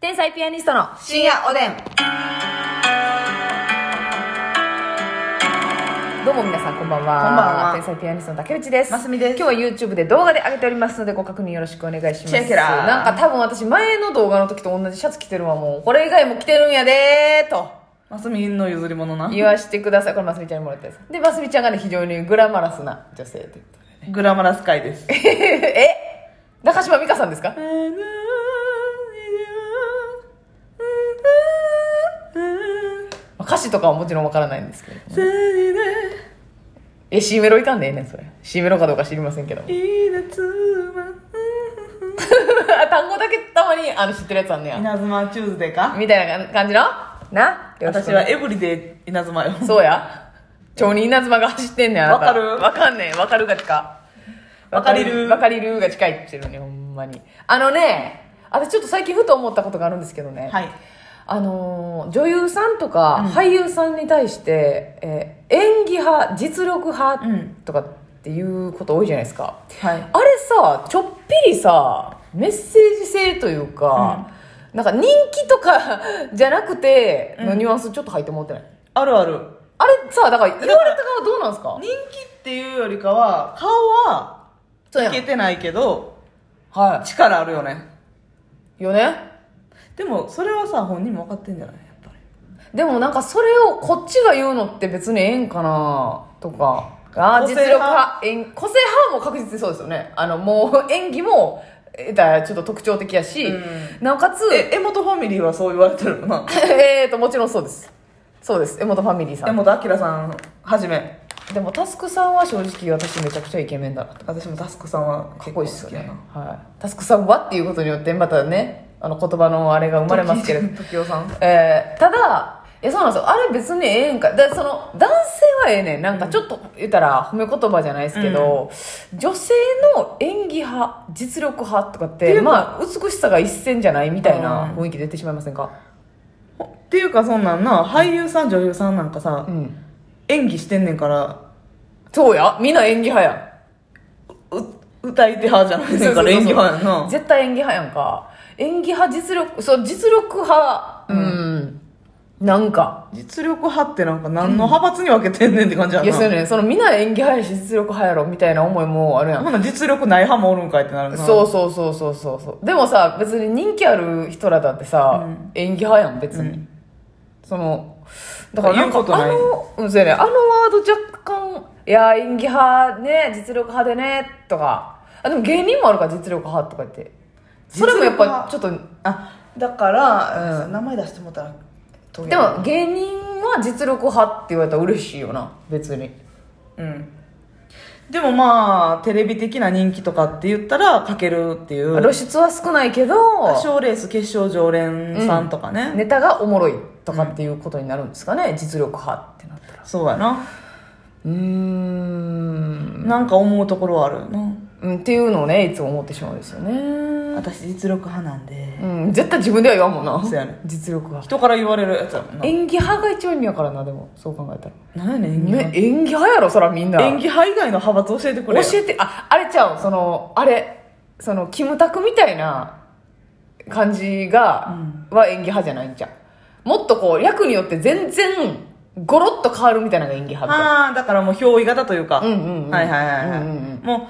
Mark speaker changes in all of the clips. Speaker 1: 天才ピアニストの
Speaker 2: 深夜おでん。
Speaker 1: どうも皆さんこんばんは
Speaker 2: こんばんは
Speaker 1: 天才ピアニストの竹内です
Speaker 2: ますみです
Speaker 1: 今日は YouTube で動画で上げておりますのでご確認よろしくお願いします
Speaker 2: チェケラ
Speaker 1: なんか多分私前の動画の時と同じシャツ着てるわもうこれ以外も着てるんやでー と
Speaker 2: ますみの譲り物な。
Speaker 1: 言わしてくださいこれますみちゃんにもらったやつでますみちゃんがね非常にグラマラスな女性というこ
Speaker 2: グラマラス界です。
Speaker 1: とで え中島美嘉さんですかまあ歌詞とかはもちろんわからないんですけれどもえ C メロいかんでええねんそれ C メロかどうか知りませんけど 単語だけたまにあの知ってるやつあんねや
Speaker 2: 稲妻チューズデーか
Speaker 1: みたいな感じのなよろし
Speaker 2: 私
Speaker 1: く
Speaker 2: はエブリデイ稲妻よ。
Speaker 1: そうや町人稲妻が走ってんねんあなた
Speaker 2: わかる
Speaker 1: わかんねんわかるが近
Speaker 2: わかりる
Speaker 1: わかりるが近いっていうのねほんまにあのね私ちょっと最近ふと思ったことがあるんですけどね、
Speaker 2: はい。
Speaker 1: あのー女優さんとか俳優さんに対して、えー演技派実力派
Speaker 2: うん
Speaker 1: とかっていうこと多いじゃないですか、あ
Speaker 2: はい。
Speaker 1: れさちょっぴりさメッセージ性というか、なんか人気とか じゃなくてのニュアンスちょっと入って思ってない、
Speaker 2: あるある。
Speaker 1: あれさだから言われた側どうなんですか
Speaker 2: 人気っていうよりかは、顔は、
Speaker 1: そうや
Speaker 2: いけ
Speaker 1: ん
Speaker 2: てないけど、
Speaker 1: は
Speaker 2: 力あるよね。
Speaker 1: いよね
Speaker 2: でも、それはさ、本人も分かってんじゃないやっぱり。
Speaker 1: でもなんかそれをこっちが言うのって別にええんかなとかあー
Speaker 2: 個
Speaker 1: 実
Speaker 2: 性
Speaker 1: 力派
Speaker 2: 派
Speaker 1: 演個性派も確実にそうですよねあのもう演技もえーだちょっと特徴的やし、
Speaker 2: う
Speaker 1: なおかつ
Speaker 2: え、江本ファミリーはそう言われてるのな。
Speaker 1: えーともちろんそうですそうです江本ファミリーさ
Speaker 2: 江
Speaker 1: ん
Speaker 2: 本明さんはじめ。
Speaker 1: でもタスクさんは正直私めちゃくちゃイケメンだなと
Speaker 2: 私もタスクさんは
Speaker 1: か
Speaker 2: 結
Speaker 1: っこ
Speaker 2: 構好
Speaker 1: いいっすよ
Speaker 2: きや
Speaker 1: ね
Speaker 2: な。、
Speaker 1: はい、タスクさんはっていうことによってまたねあの言葉のあれが生まれますけれど
Speaker 2: 時代さん。
Speaker 1: えーただいやそうなんですよあれ別にええんかだからその男性はええねんなんかちょっと言ったら褒め言葉じゃないですけど、女性の演技派実力派とかっ
Speaker 2: ってい
Speaker 1: て
Speaker 2: うか
Speaker 1: まあ美しさが一線じゃないみたいな
Speaker 2: うん
Speaker 1: 雰囲気出てしまいませんか、
Speaker 2: っていうかそんなんな、俳優さん、女優さんなんかさ
Speaker 1: う、ん、
Speaker 2: 演技してんねんから、
Speaker 1: そうやみんな演技派やん
Speaker 2: う歌い手派じゃ ないね
Speaker 1: そう
Speaker 2: んから
Speaker 1: そうそう
Speaker 2: 演技派やんな。
Speaker 1: 絶対演技派やんか演技派実力そう実力派うん、なんか
Speaker 2: 実力派ってなんか何の派閥に分けてんねんって感じや
Speaker 1: いやそう
Speaker 2: な。
Speaker 1: やねんそのみんな演技派やし実力派やろみたいな思いもあるやん
Speaker 2: ほな実力ない派もおるんかいってなるな。
Speaker 1: そうそうそうそうそうそうでもさ別に人気ある人らだってさ、
Speaker 2: うん
Speaker 1: 演技派やん別に、
Speaker 2: うん
Speaker 1: そのだからなんか
Speaker 2: 言うこと
Speaker 1: あ
Speaker 2: ない
Speaker 1: のうんそうやねあのワード若干いや演技派ね実力派でねとかあでも芸人もあるから実力派とか言ってそれもやっぱちょっと
Speaker 2: あ、だから、
Speaker 1: う
Speaker 2: 名前出してもらったら、トゲ
Speaker 1: でも、芸人は実力派って言われたら嬉しいよな別に
Speaker 2: うん。でもまあ、テレビ的な人気とかって言ったら、かけるっていう。
Speaker 1: 露出は少ないけど
Speaker 2: 賞レース決勝常連さんとかね。
Speaker 1: ネタがおもろいとかっていうことになるんですかね、実力派ってなったら
Speaker 2: そうやな。
Speaker 1: うーん
Speaker 2: なんか思うところはあるよな。
Speaker 1: うんっていうのをねいつも思ってしまうんですよね、
Speaker 2: 私実力派なんで。
Speaker 1: うん、絶対自分では言わんもんな
Speaker 2: そうやね
Speaker 1: 実力派
Speaker 2: 人から言われるやつやもんな。
Speaker 1: 演技派が一番いいんやからなでもそう考えたら、
Speaker 2: 何やねん、演技
Speaker 1: ね
Speaker 2: 派。
Speaker 1: 演技派やろそらみんな
Speaker 2: 演技派以外の派閥教えてくれよ。
Speaker 1: 教えてああれちゃうそのあれそのキムタクみたいな感じが、は演技派じゃないんじゃうもっとこう役によって全然ゴロッと変わるみたいなのが演技派みたいな
Speaker 2: ああ、だからもう憑依型というか。
Speaker 1: うんうんうん
Speaker 2: はいはいはいはい。
Speaker 1: うんうんうん
Speaker 2: もう、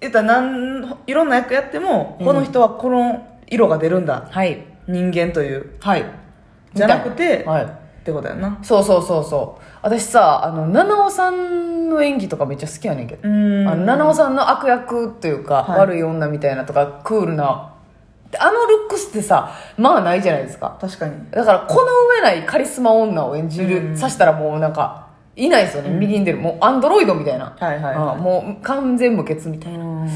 Speaker 2: 言ったらなん、いろんな役やっても、この人はこの色が出るんだ。
Speaker 1: はい
Speaker 2: 人間という。
Speaker 1: はい
Speaker 2: じゃなくて、
Speaker 1: はい
Speaker 2: ってことやな。
Speaker 1: そうそうそうそう私さあの七尾さんの演技とかめっちゃ好きやねんけど
Speaker 2: うーん
Speaker 1: あの七尾さんの悪役というか、
Speaker 2: はい
Speaker 1: 悪い女みたいなとかクールなあのルックスってさまあないじゃないですか
Speaker 2: 確かに。
Speaker 1: だからこの上ないカリスマ女を演じるさしたらもうなんかいないですよね、右に出るもうアンドロイドみたいな、
Speaker 2: はいはい
Speaker 1: ああもう完全無欠みたいな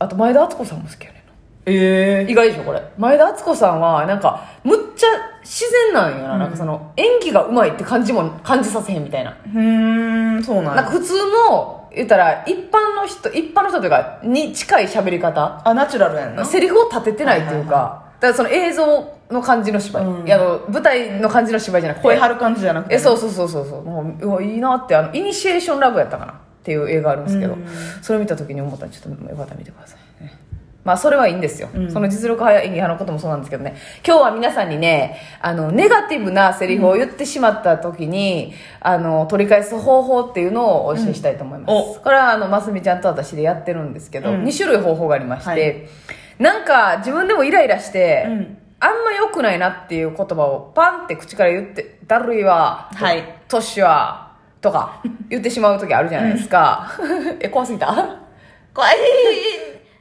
Speaker 1: あと前田敦子さんも好きやねんな
Speaker 2: ええ
Speaker 1: 意外でしょこれ前田敦子さんはなんかむっちゃ自然なんやな,、なんかその演技がうまいって感じも感じさせへんみたいな,、
Speaker 2: うーん、そうなん
Speaker 1: なん
Speaker 2: や
Speaker 1: か普通の言ったら一般の人一般の人というかに近い喋り方
Speaker 2: あ、ナチュラルやんな。
Speaker 1: セリフを立ててないというか、だからその映像の感じの芝居、
Speaker 2: うん
Speaker 1: いやあの舞台の感じの芝居じゃなくて
Speaker 2: 声張る感じじゃなくて。
Speaker 1: えそうそうそうそうそうもううわいいなってあのイニシエーションラブやったかなっていう映画あるんですけど、
Speaker 2: うん
Speaker 1: それ見た時に思ったんでちょっとよかったら見てくださいねまあそれはいいんですよ、
Speaker 2: うん
Speaker 1: その実力派や演技派のこともそうなんですけどね今日は皆さんにねあのネガティブなセリフを言ってしまった時に、あの取り返す方法っていうのをお教えしたいと思います、
Speaker 2: うんお
Speaker 1: これはあのますみちゃんと私でやってるんですけど、
Speaker 2: うん
Speaker 1: 2種類方法がありまして、
Speaker 2: はい
Speaker 1: なんか自分でもイライラして、
Speaker 2: うん
Speaker 1: あんま良くないなっていう言葉をパンって口から言って「だるいわ」
Speaker 2: はい
Speaker 1: トッシュは」とか言ってしまう時あるじゃないですか、え怖すぎた
Speaker 2: 怖い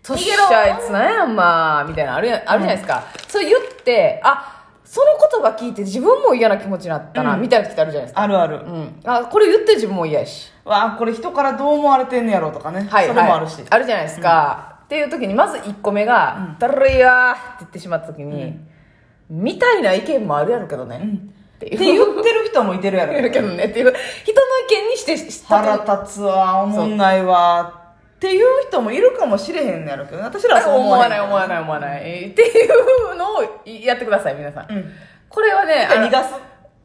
Speaker 1: トッシュあいつなんやんまみたいなのあるやあるじゃないですか、それ言ってあその言葉聞いて自分も嫌な気持ちになったな、
Speaker 2: うん
Speaker 1: みたいな時ってあるじゃないですか、
Speaker 2: あるある
Speaker 1: うん、あこれ言って自分も嫌やし
Speaker 2: わあこれ人からどう思われてんねやろうとかね、
Speaker 1: はい、
Speaker 2: それもあるし、
Speaker 1: はいあるじゃないですか、っていう時にまず1個目が「だるいわ」って言ってしまった時に、みたいな意見もあるやろけどね、
Speaker 2: うん
Speaker 1: って
Speaker 2: って
Speaker 1: いう
Speaker 2: 言ってる人もいてるやろ
Speaker 1: やるけどねっていう人の意見にしてした
Speaker 2: 腹立つわおもんないわっていう人もいるかもしれへんのやろうけどね私らはそう
Speaker 1: 思
Speaker 2: 思わ
Speaker 1: わな
Speaker 2: な
Speaker 1: いい思わない思わないっていうのをやってください皆さん、
Speaker 2: うん
Speaker 1: これはね
Speaker 2: 一回逃
Speaker 1: あ
Speaker 2: がす
Speaker 1: の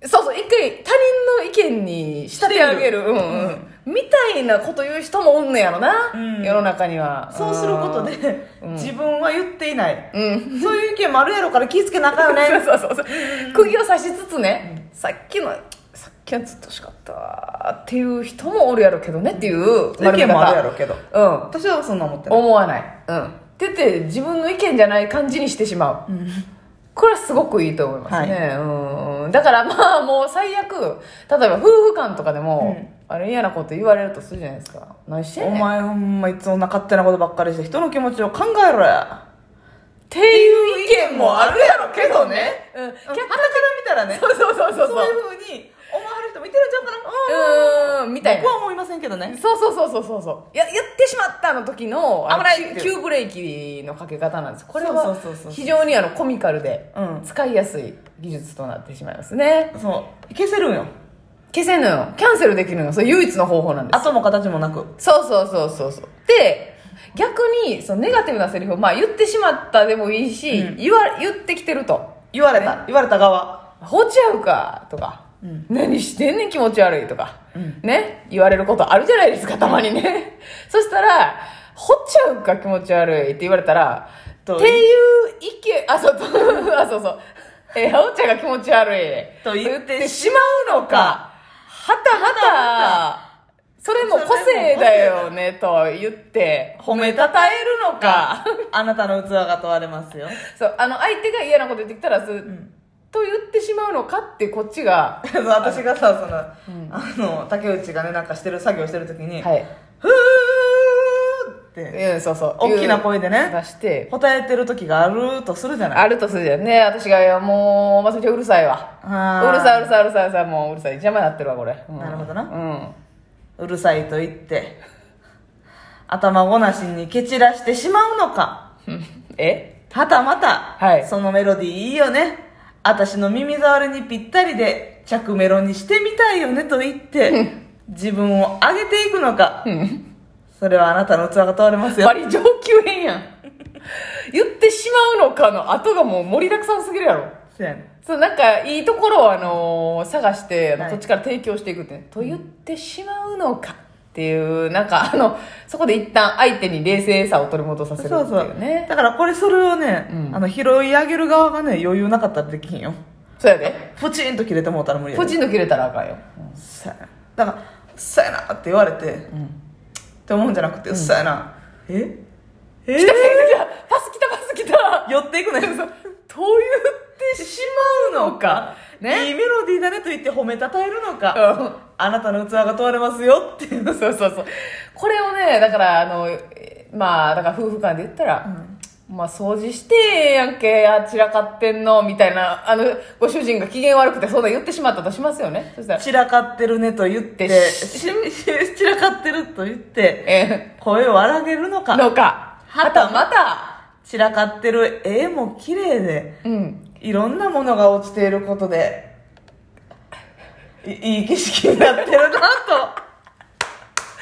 Speaker 1: そうそう一回他人の意見に仕立て上げるうんうん、みたいなこと言う人もおんねやろな、
Speaker 2: うん
Speaker 1: 世の中には
Speaker 2: そうすることで、
Speaker 1: うん
Speaker 2: 自分は言っていない、
Speaker 1: うんうん
Speaker 2: そういう意見もあるやろから気ぃつけなあかんよね
Speaker 1: そうそうそうそう釘を刺しつつね、さっきのさっきはずっと欲しかったわーっていう人もおるやろけどねっていう
Speaker 2: 意見もあるや
Speaker 1: ろ
Speaker 2: ろけど
Speaker 1: うん
Speaker 2: 私はそんな思ってない、
Speaker 1: 思わないうんって言って自分の意見じゃない感じにしてしまう
Speaker 2: うん
Speaker 1: これはすごくいいと思いますね、うんだからまあもう最悪例えば夫婦間とかでも、
Speaker 2: うん
Speaker 1: あれ嫌なこと言われるとするじゃないですか何して
Speaker 2: お
Speaker 1: んねんっ
Speaker 2: 前ほんまいつもな勝手なことばっかりして人の気持ちを考えろや
Speaker 1: ていう意見もあるやろけどね、
Speaker 2: う
Speaker 1: うんん、
Speaker 2: 客
Speaker 1: 客
Speaker 2: 観から見たらね
Speaker 1: そうそうそうそう
Speaker 2: そういうふうに思わはる人もいてるんちゃうかなうん
Speaker 1: うーんみたいな
Speaker 2: 僕は思いませんけどね
Speaker 1: そうそうそうそうそうそうややってしまったの時のあの
Speaker 2: 危ないっていう
Speaker 1: 急急ブレーキのかけ方なんですこれ
Speaker 2: そう
Speaker 1: は
Speaker 2: そうそうそう
Speaker 1: 非常にあのコミカルで
Speaker 2: うん
Speaker 1: 使いやすい技術となってしまいますね
Speaker 2: そう消せるんよ
Speaker 1: 消せんのよキャンセルできるのよそれ唯一の方法なんです
Speaker 2: 後も形もなく
Speaker 1: そうそうそうそうそうで逆にそのネガティブなセリフを、まあ、言ってしまったでもいいし、
Speaker 2: うん
Speaker 1: 言わ言ってきてると
Speaker 2: 言われた、言われ た側
Speaker 1: 「ほちゃうか」とか、
Speaker 2: うん
Speaker 1: 何してんねん気持ち悪い」とか、
Speaker 2: うん
Speaker 1: ね言われることあるじゃないですかたまにね そしたら「ほちゃうか気持ち悪い」って言われたらって
Speaker 2: と
Speaker 1: いう意見あそうと あそうそうえー、ほちゃが気持ち悪い
Speaker 2: と言って
Speaker 1: しまうのかはたはたそれも個性だよねと言って
Speaker 2: 褒め
Speaker 1: た
Speaker 2: た
Speaker 1: たえるのか
Speaker 2: あなたの器が問われますよ、
Speaker 1: そうあの相手が嫌なこと言ってきたらず、
Speaker 2: うん、
Speaker 1: と言ってしまうのかってこっちが
Speaker 2: 私がさその,、
Speaker 1: うん
Speaker 2: あの竹内がねなんかしてる作業してる時に「
Speaker 1: はい
Speaker 2: ふー」って
Speaker 1: うん、そうそう。
Speaker 2: 大きな声でね
Speaker 1: 出して、
Speaker 2: 答えてる時があるとするじゃない
Speaker 1: あるとするじゃんね。私が、いや、もう、まさみちゃんうるさいわ。う
Speaker 2: あー
Speaker 1: るさい、うるさい、うるさい、うるさい、もううるさい。邪魔になってるわ、これ。うん
Speaker 2: なるほどな
Speaker 1: うん。
Speaker 2: うるさいと言って頭ごなしに蹴散らしてしまうのか
Speaker 1: え
Speaker 2: はたまた、
Speaker 1: はい
Speaker 2: そのメロディーいいよね私の耳障りにぴったりで着メロにしてみたいよねと言って自分を上げていくのか
Speaker 1: うん。
Speaker 2: それはあなたの器が問われますよ
Speaker 1: バリ上級編やん。 言ってしまうのかの後がもう盛りだくさんすぎるやろ。
Speaker 2: そうやね
Speaker 1: そう、なんか、いいところを、あのー探して、あの
Speaker 2: はい
Speaker 1: こっちから提供していくってね、と言ってしまうのか。っていう、なんか、あの、そこで一旦相手に冷静さを取り戻させ
Speaker 2: そ
Speaker 1: る
Speaker 2: う
Speaker 1: っていうね。
Speaker 2: そうだからこれそれをね、
Speaker 1: うん
Speaker 2: あの拾い上げる側がね余裕なかったらできひんよ
Speaker 1: そうやで。
Speaker 2: ポチンと切れてもうたら無理や
Speaker 1: ポ
Speaker 2: で
Speaker 1: チンと切れたらあかんよ。
Speaker 2: そうやなだから「そうやな」って言われて、
Speaker 1: ん
Speaker 2: って思うんじゃなくて「そうやな」ええ
Speaker 1: 来た来た来たパス来たパス来た
Speaker 2: 寄って いくのよ
Speaker 1: と言ってしまうのかね
Speaker 2: いいメロディーだねと言って褒めたたえるのか、
Speaker 1: うん
Speaker 2: あなたの器が問われますよっていう
Speaker 1: そうそうそうこれをねだからあのえまあだから夫婦間で言ったら、まあ掃除してええやんけあ散らかってんのみたいなあのご主人が機嫌悪くてそんな言ってしまったとしますよねそしたら
Speaker 2: 散らかってるねと言って
Speaker 1: で
Speaker 2: しし散らかってると言って
Speaker 1: え
Speaker 2: 声を荒げるの
Speaker 1: ー、
Speaker 2: か
Speaker 1: のかは
Speaker 2: は
Speaker 1: た
Speaker 2: た
Speaker 1: また
Speaker 2: 散らかってる絵も綺麗で
Speaker 1: うん
Speaker 2: いろんなものが落ちていることでいいい景色になってるなと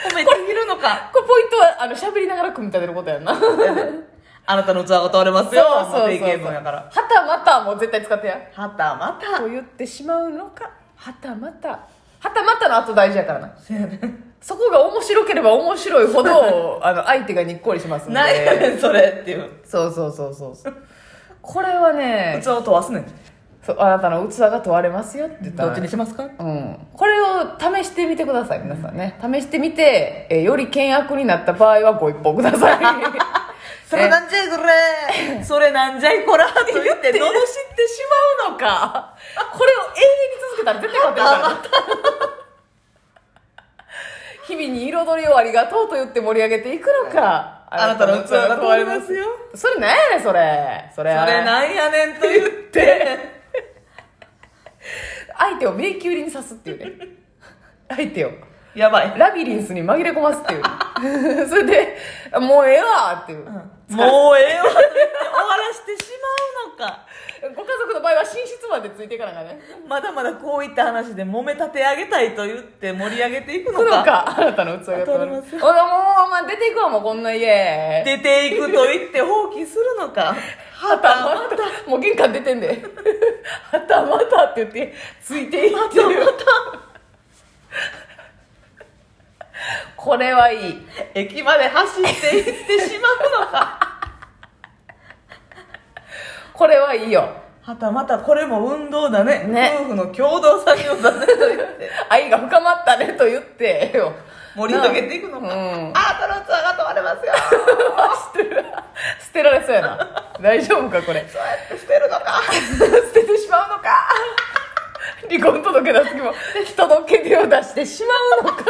Speaker 2: 褒めているのか
Speaker 1: これポイントはあの喋りながら組み立てることやんなそう
Speaker 2: あなたの器が問われますよもう定型文やから
Speaker 1: はたまたもう絶対使ってや
Speaker 2: はたまた
Speaker 1: と言ってしまうのかはたまたはたまたの後大事やからな
Speaker 2: そうやね
Speaker 1: そこが面白ければ面白いほ どあの相手がにっこりしますの
Speaker 2: 何や
Speaker 1: で
Speaker 2: ねんそれっていう
Speaker 1: そうそうそうそうそうこれはね
Speaker 2: 器を問わすねん
Speaker 1: そうあなたの器が問われますよって言った
Speaker 2: どっ
Speaker 1: ら
Speaker 2: ちにしますか
Speaker 1: うん、これを試してみてください皆さんね試してみて、えーより険悪になった場合はご一報ください
Speaker 2: それなんじゃいこれそれなんじゃいこらと言ってののし
Speaker 1: ってしまうのかこれを永遠に続けたら絶対勝てるから日々に彩りをありがとうと言って盛り上げていくのか
Speaker 2: あなたの器が問われますよ
Speaker 1: それなんやねんそれそれ
Speaker 2: それなんやねんと言って
Speaker 1: て相手を迷宮入りに刺すっていうね相手を
Speaker 2: やばい
Speaker 1: ラビリンスに紛れ込ますっていうそれで「もうええわ」っていう、
Speaker 2: もうええわと言って終わらせてしまうのか
Speaker 1: ご家族の場合は寝室までついていかながらね
Speaker 2: まだまだこういった話で揉め立て上げたいと言って盛り上げていく
Speaker 1: 行く
Speaker 2: の
Speaker 1: の
Speaker 2: か
Speaker 1: かあなたの器が取られますおいもうお前出ていくわもうこんな家
Speaker 2: 出ていくと言って放棄するのか
Speaker 1: はたまたもう玄関出てん ではたまたって言ってついていってるこれはいい
Speaker 2: 駅まで走っていってしまうのか
Speaker 1: これはいいよ
Speaker 2: はたまたこれも運動だね
Speaker 1: ね
Speaker 2: 夫婦の共同作業だねと言って
Speaker 1: 愛が深まったねと言ってよ
Speaker 2: 盛り上げていくのか、
Speaker 1: うん
Speaker 2: あーたの器が問われますよ
Speaker 1: 捨てる捨てられそうやな大丈夫かこれ
Speaker 2: そうやって捨てるのか
Speaker 1: 捨ててしまうのか離婚届出す時も届け出を出してしまうのか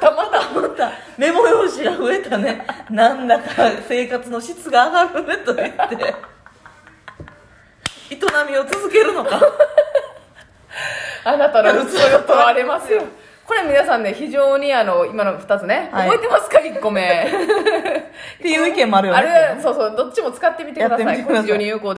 Speaker 1: たまた
Speaker 2: またメモ用紙が増えたねなんだか生活の質が上がるねと言って営みを続けるのか
Speaker 1: あなたの器を取られますよこれ皆さんね非常にあの今の2つね、
Speaker 2: はい
Speaker 1: 覚えてますか1個目
Speaker 2: っていう意見もあるよね
Speaker 1: あれそうそうどっちも使ってみてください
Speaker 2: やってみてくださ
Speaker 1: これ非
Speaker 2: い
Speaker 1: 常に有効です